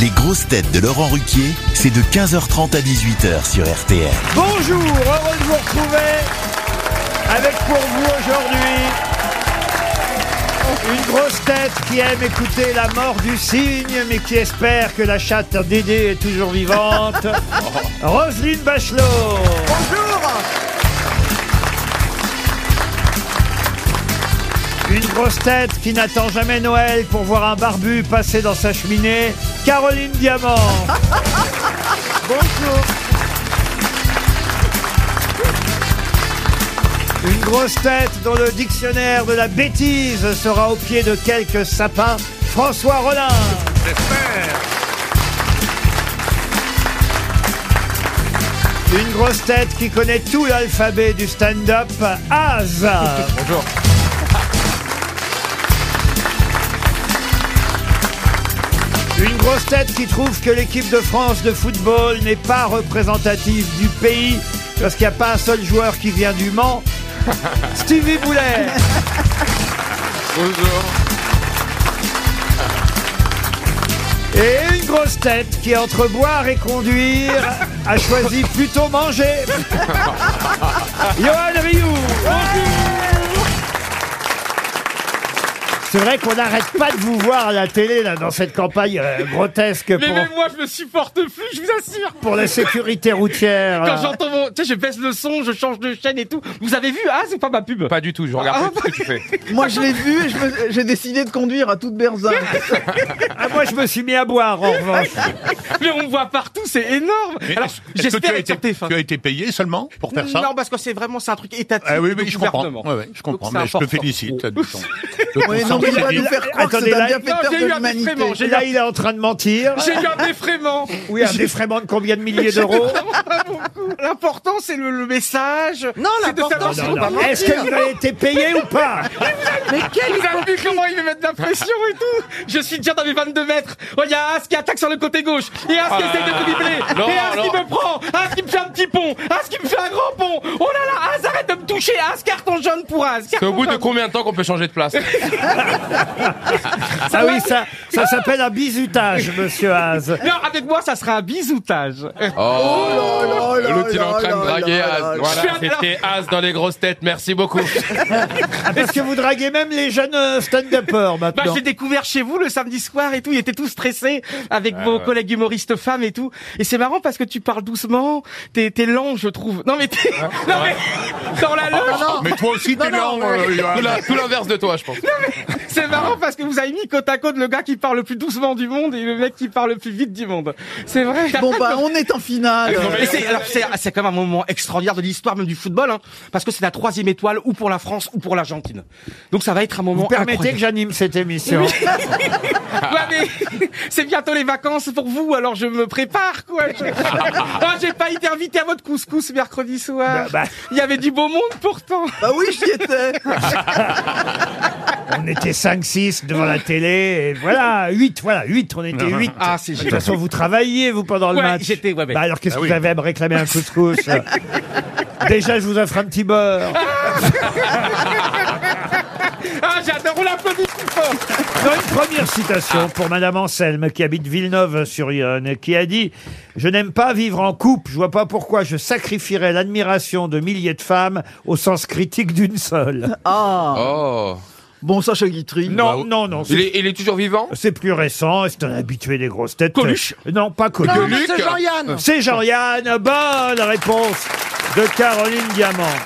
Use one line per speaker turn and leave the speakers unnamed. Les grosses têtes de Laurent Ruquier, c'est de 15h30 à 18h sur RTL.
Bonjour, heureux de vous retrouver avec pour vous aujourd'hui une grosse tête qui aime écouter la mort du cygne mais qui espère que la chatte Dédé est toujours vivante. Roselyne Bachelot. Une grosse tête qui n'attend jamais Noël pour voir un barbu passer dans sa cheminée, Caroline Diamant. Bonjour. Une grosse tête dont le dictionnaire de la bêtise sera au pied de quelques sapins, François Rollin. Une grosse tête qui connaît tout l'alphabet du stand-up, Az.
Bonjour.
Une grosse tête qui trouve que l'équipe de France de football n'est pas représentative du pays parce qu'il n'y a pas un seul joueur qui vient du Mans. Stevie Boulet.
Bonjour.
Et une grosse tête qui, entre boire et conduire, a choisi plutôt manger. Johan Rioux. bonjour. C'est vrai qu'on n'arrête pas de vous voir à la télé là, dans cette campagne euh, grotesque
Mais
pour,
même moi, je me supporte plus, je vous assure.
pour la sécurité routière.
Quand
là.
j'entends vos... Tu sais, je baisse le son, je change de chaîne et tout. Vous avez vu, ah, c'est pas ma pub Ah,
Pas du tout, je regarde plus ce que tu fais.
Moi, je l'ai vu et je me- j'ai décidé de conduire à toute berzingue.
Ah, moi, je me suis mis à boire en revanche.
Mais on me voit partout, c'est énorme.
Mais
Alors,
est-ce- est-ce que
j'espère
tu as,
être
été,
sur TF1.
tu as été payé seulement pour faire ça
Non, parce que c'est vraiment, c'est un truc étatique.
Ah oui,
du
oui, je comprends.
gouvernement.
Ouais, ouais, je comprends,
Donc, c'est
mais je te
important. Oh.
félicite. t'as du temps. De
Oui,
ton
non,
sens
mais il va
critique.
nous faire croire que
Attendez,
c'est un
là-
bienfaiteur
Non, j'ai
de
eu un
l'humanité.
défraiement, j'ai-
Là, il est en train de mentir.
J'ai eu un défraiement.
Oui, un défraiement de combien de milliers d'euros
L'important, c'est le, le message.
Non,
c'est de
l'important,
savoir si
Non,
on va
non. Est-ce que vous avez été payé ou pas
Vous avez vu Ah, comment il me mettent de la pression et tout Je suis déjà dans mes 22 mètres. Oh, il y a As qui attaque sur le côté gauche. Et As qui essaye de
Ah. non,
dribbler. Et As qui
non.
me prend. As qui me fait un petit pont. As qui me fait un grand pont. Oh là là, As arrête de me toucher. As carton jaune pour As.
C'est au
carton
bout de
jaune.
combien de temps qu'on peut changer de place
Ah oui, ça, ça s'appelle un bizutage, monsieur Haas. Ah,
Non, avec moi, ça sera un bisoutage.
Ah, Oh
Oh là
L'autre, il est en
là
train de
là là
draguer
là
As.
là.
Voilà, c'était As dans les grosses têtes, merci beaucoup.
Ah, parce que vous draguez même les jeunes euh, stand-uppers
Bah,
maintenant.
j'ai découvert chez vous le samedi soir et tout. Ils étaient tous stressés avec
Ah,
vos collègues humoristes femmes et tout. Et c'est marrant parce que tu parles doucement. T'es, t'es lent, je trouve. Non, mais t'es, non, mais, dans
Ah,
la loge,
Mais toi aussi, t'es
non,
lent, euh, Johan.
Tout la- tout l'inverse de toi, je pense.
C'est marrant parce que vous avez mis côte à côte le gars qui parle le plus doucement du monde et le mec qui parle le plus vite du monde. C'est vrai.
Bon, bah, on est en finale.
Et c'est, alors c'est, c'est quand même un moment extraordinaire de l'histoire même du football, hein, parce que c'est la troisième étoile ou pour la France ou pour l'Argentine. Donc ça va être un moment
Vous permettez que
incroyable.
j'anime cette émission.
Ouais, mais c'est bientôt les vacances pour vous, alors je me prépare quoi. Je- Ah, j'ai pas été invité à votre couscous mercredi soir.
Bah, bah.
Il y avait du beau monde pourtant.
Bah oui, j'y étais.
On était 5-6 devant la télé, et voilà, 8, voilà, 8, on était 8.
Ah c'est
De toute façon, vous travailliez, vous, pendant le
Ouais,
match.
j'étais- ouais, ouais.
Bah, alors, qu'est-ce
Ah
que
oui.
vous avez à me réclamer un couscous euh Déjà, je vous offre un petit beurre.
Ah j'adore, on l'applaudit plus fort.
Non, une première citation pour Madame Anselme qui habite Villeneuve-sur-Yonne, qui a dit Je n'aime pas vivre en couple. Je vois pas pourquoi je sacrifierais l'admiration de milliers de femmes au sens critique d'une seule.
Ah.
Oh.
Bon, Sacha Guitry.
Non, non, non.
Il
c'est-
est, il est toujours vivant
C'est plus récent. et C'est un habitué des grosses têtes.
Coluche
Non, pas Coluche.
Luc
C'est Jean-Yann. Bonne réponse de Caroline Diamant.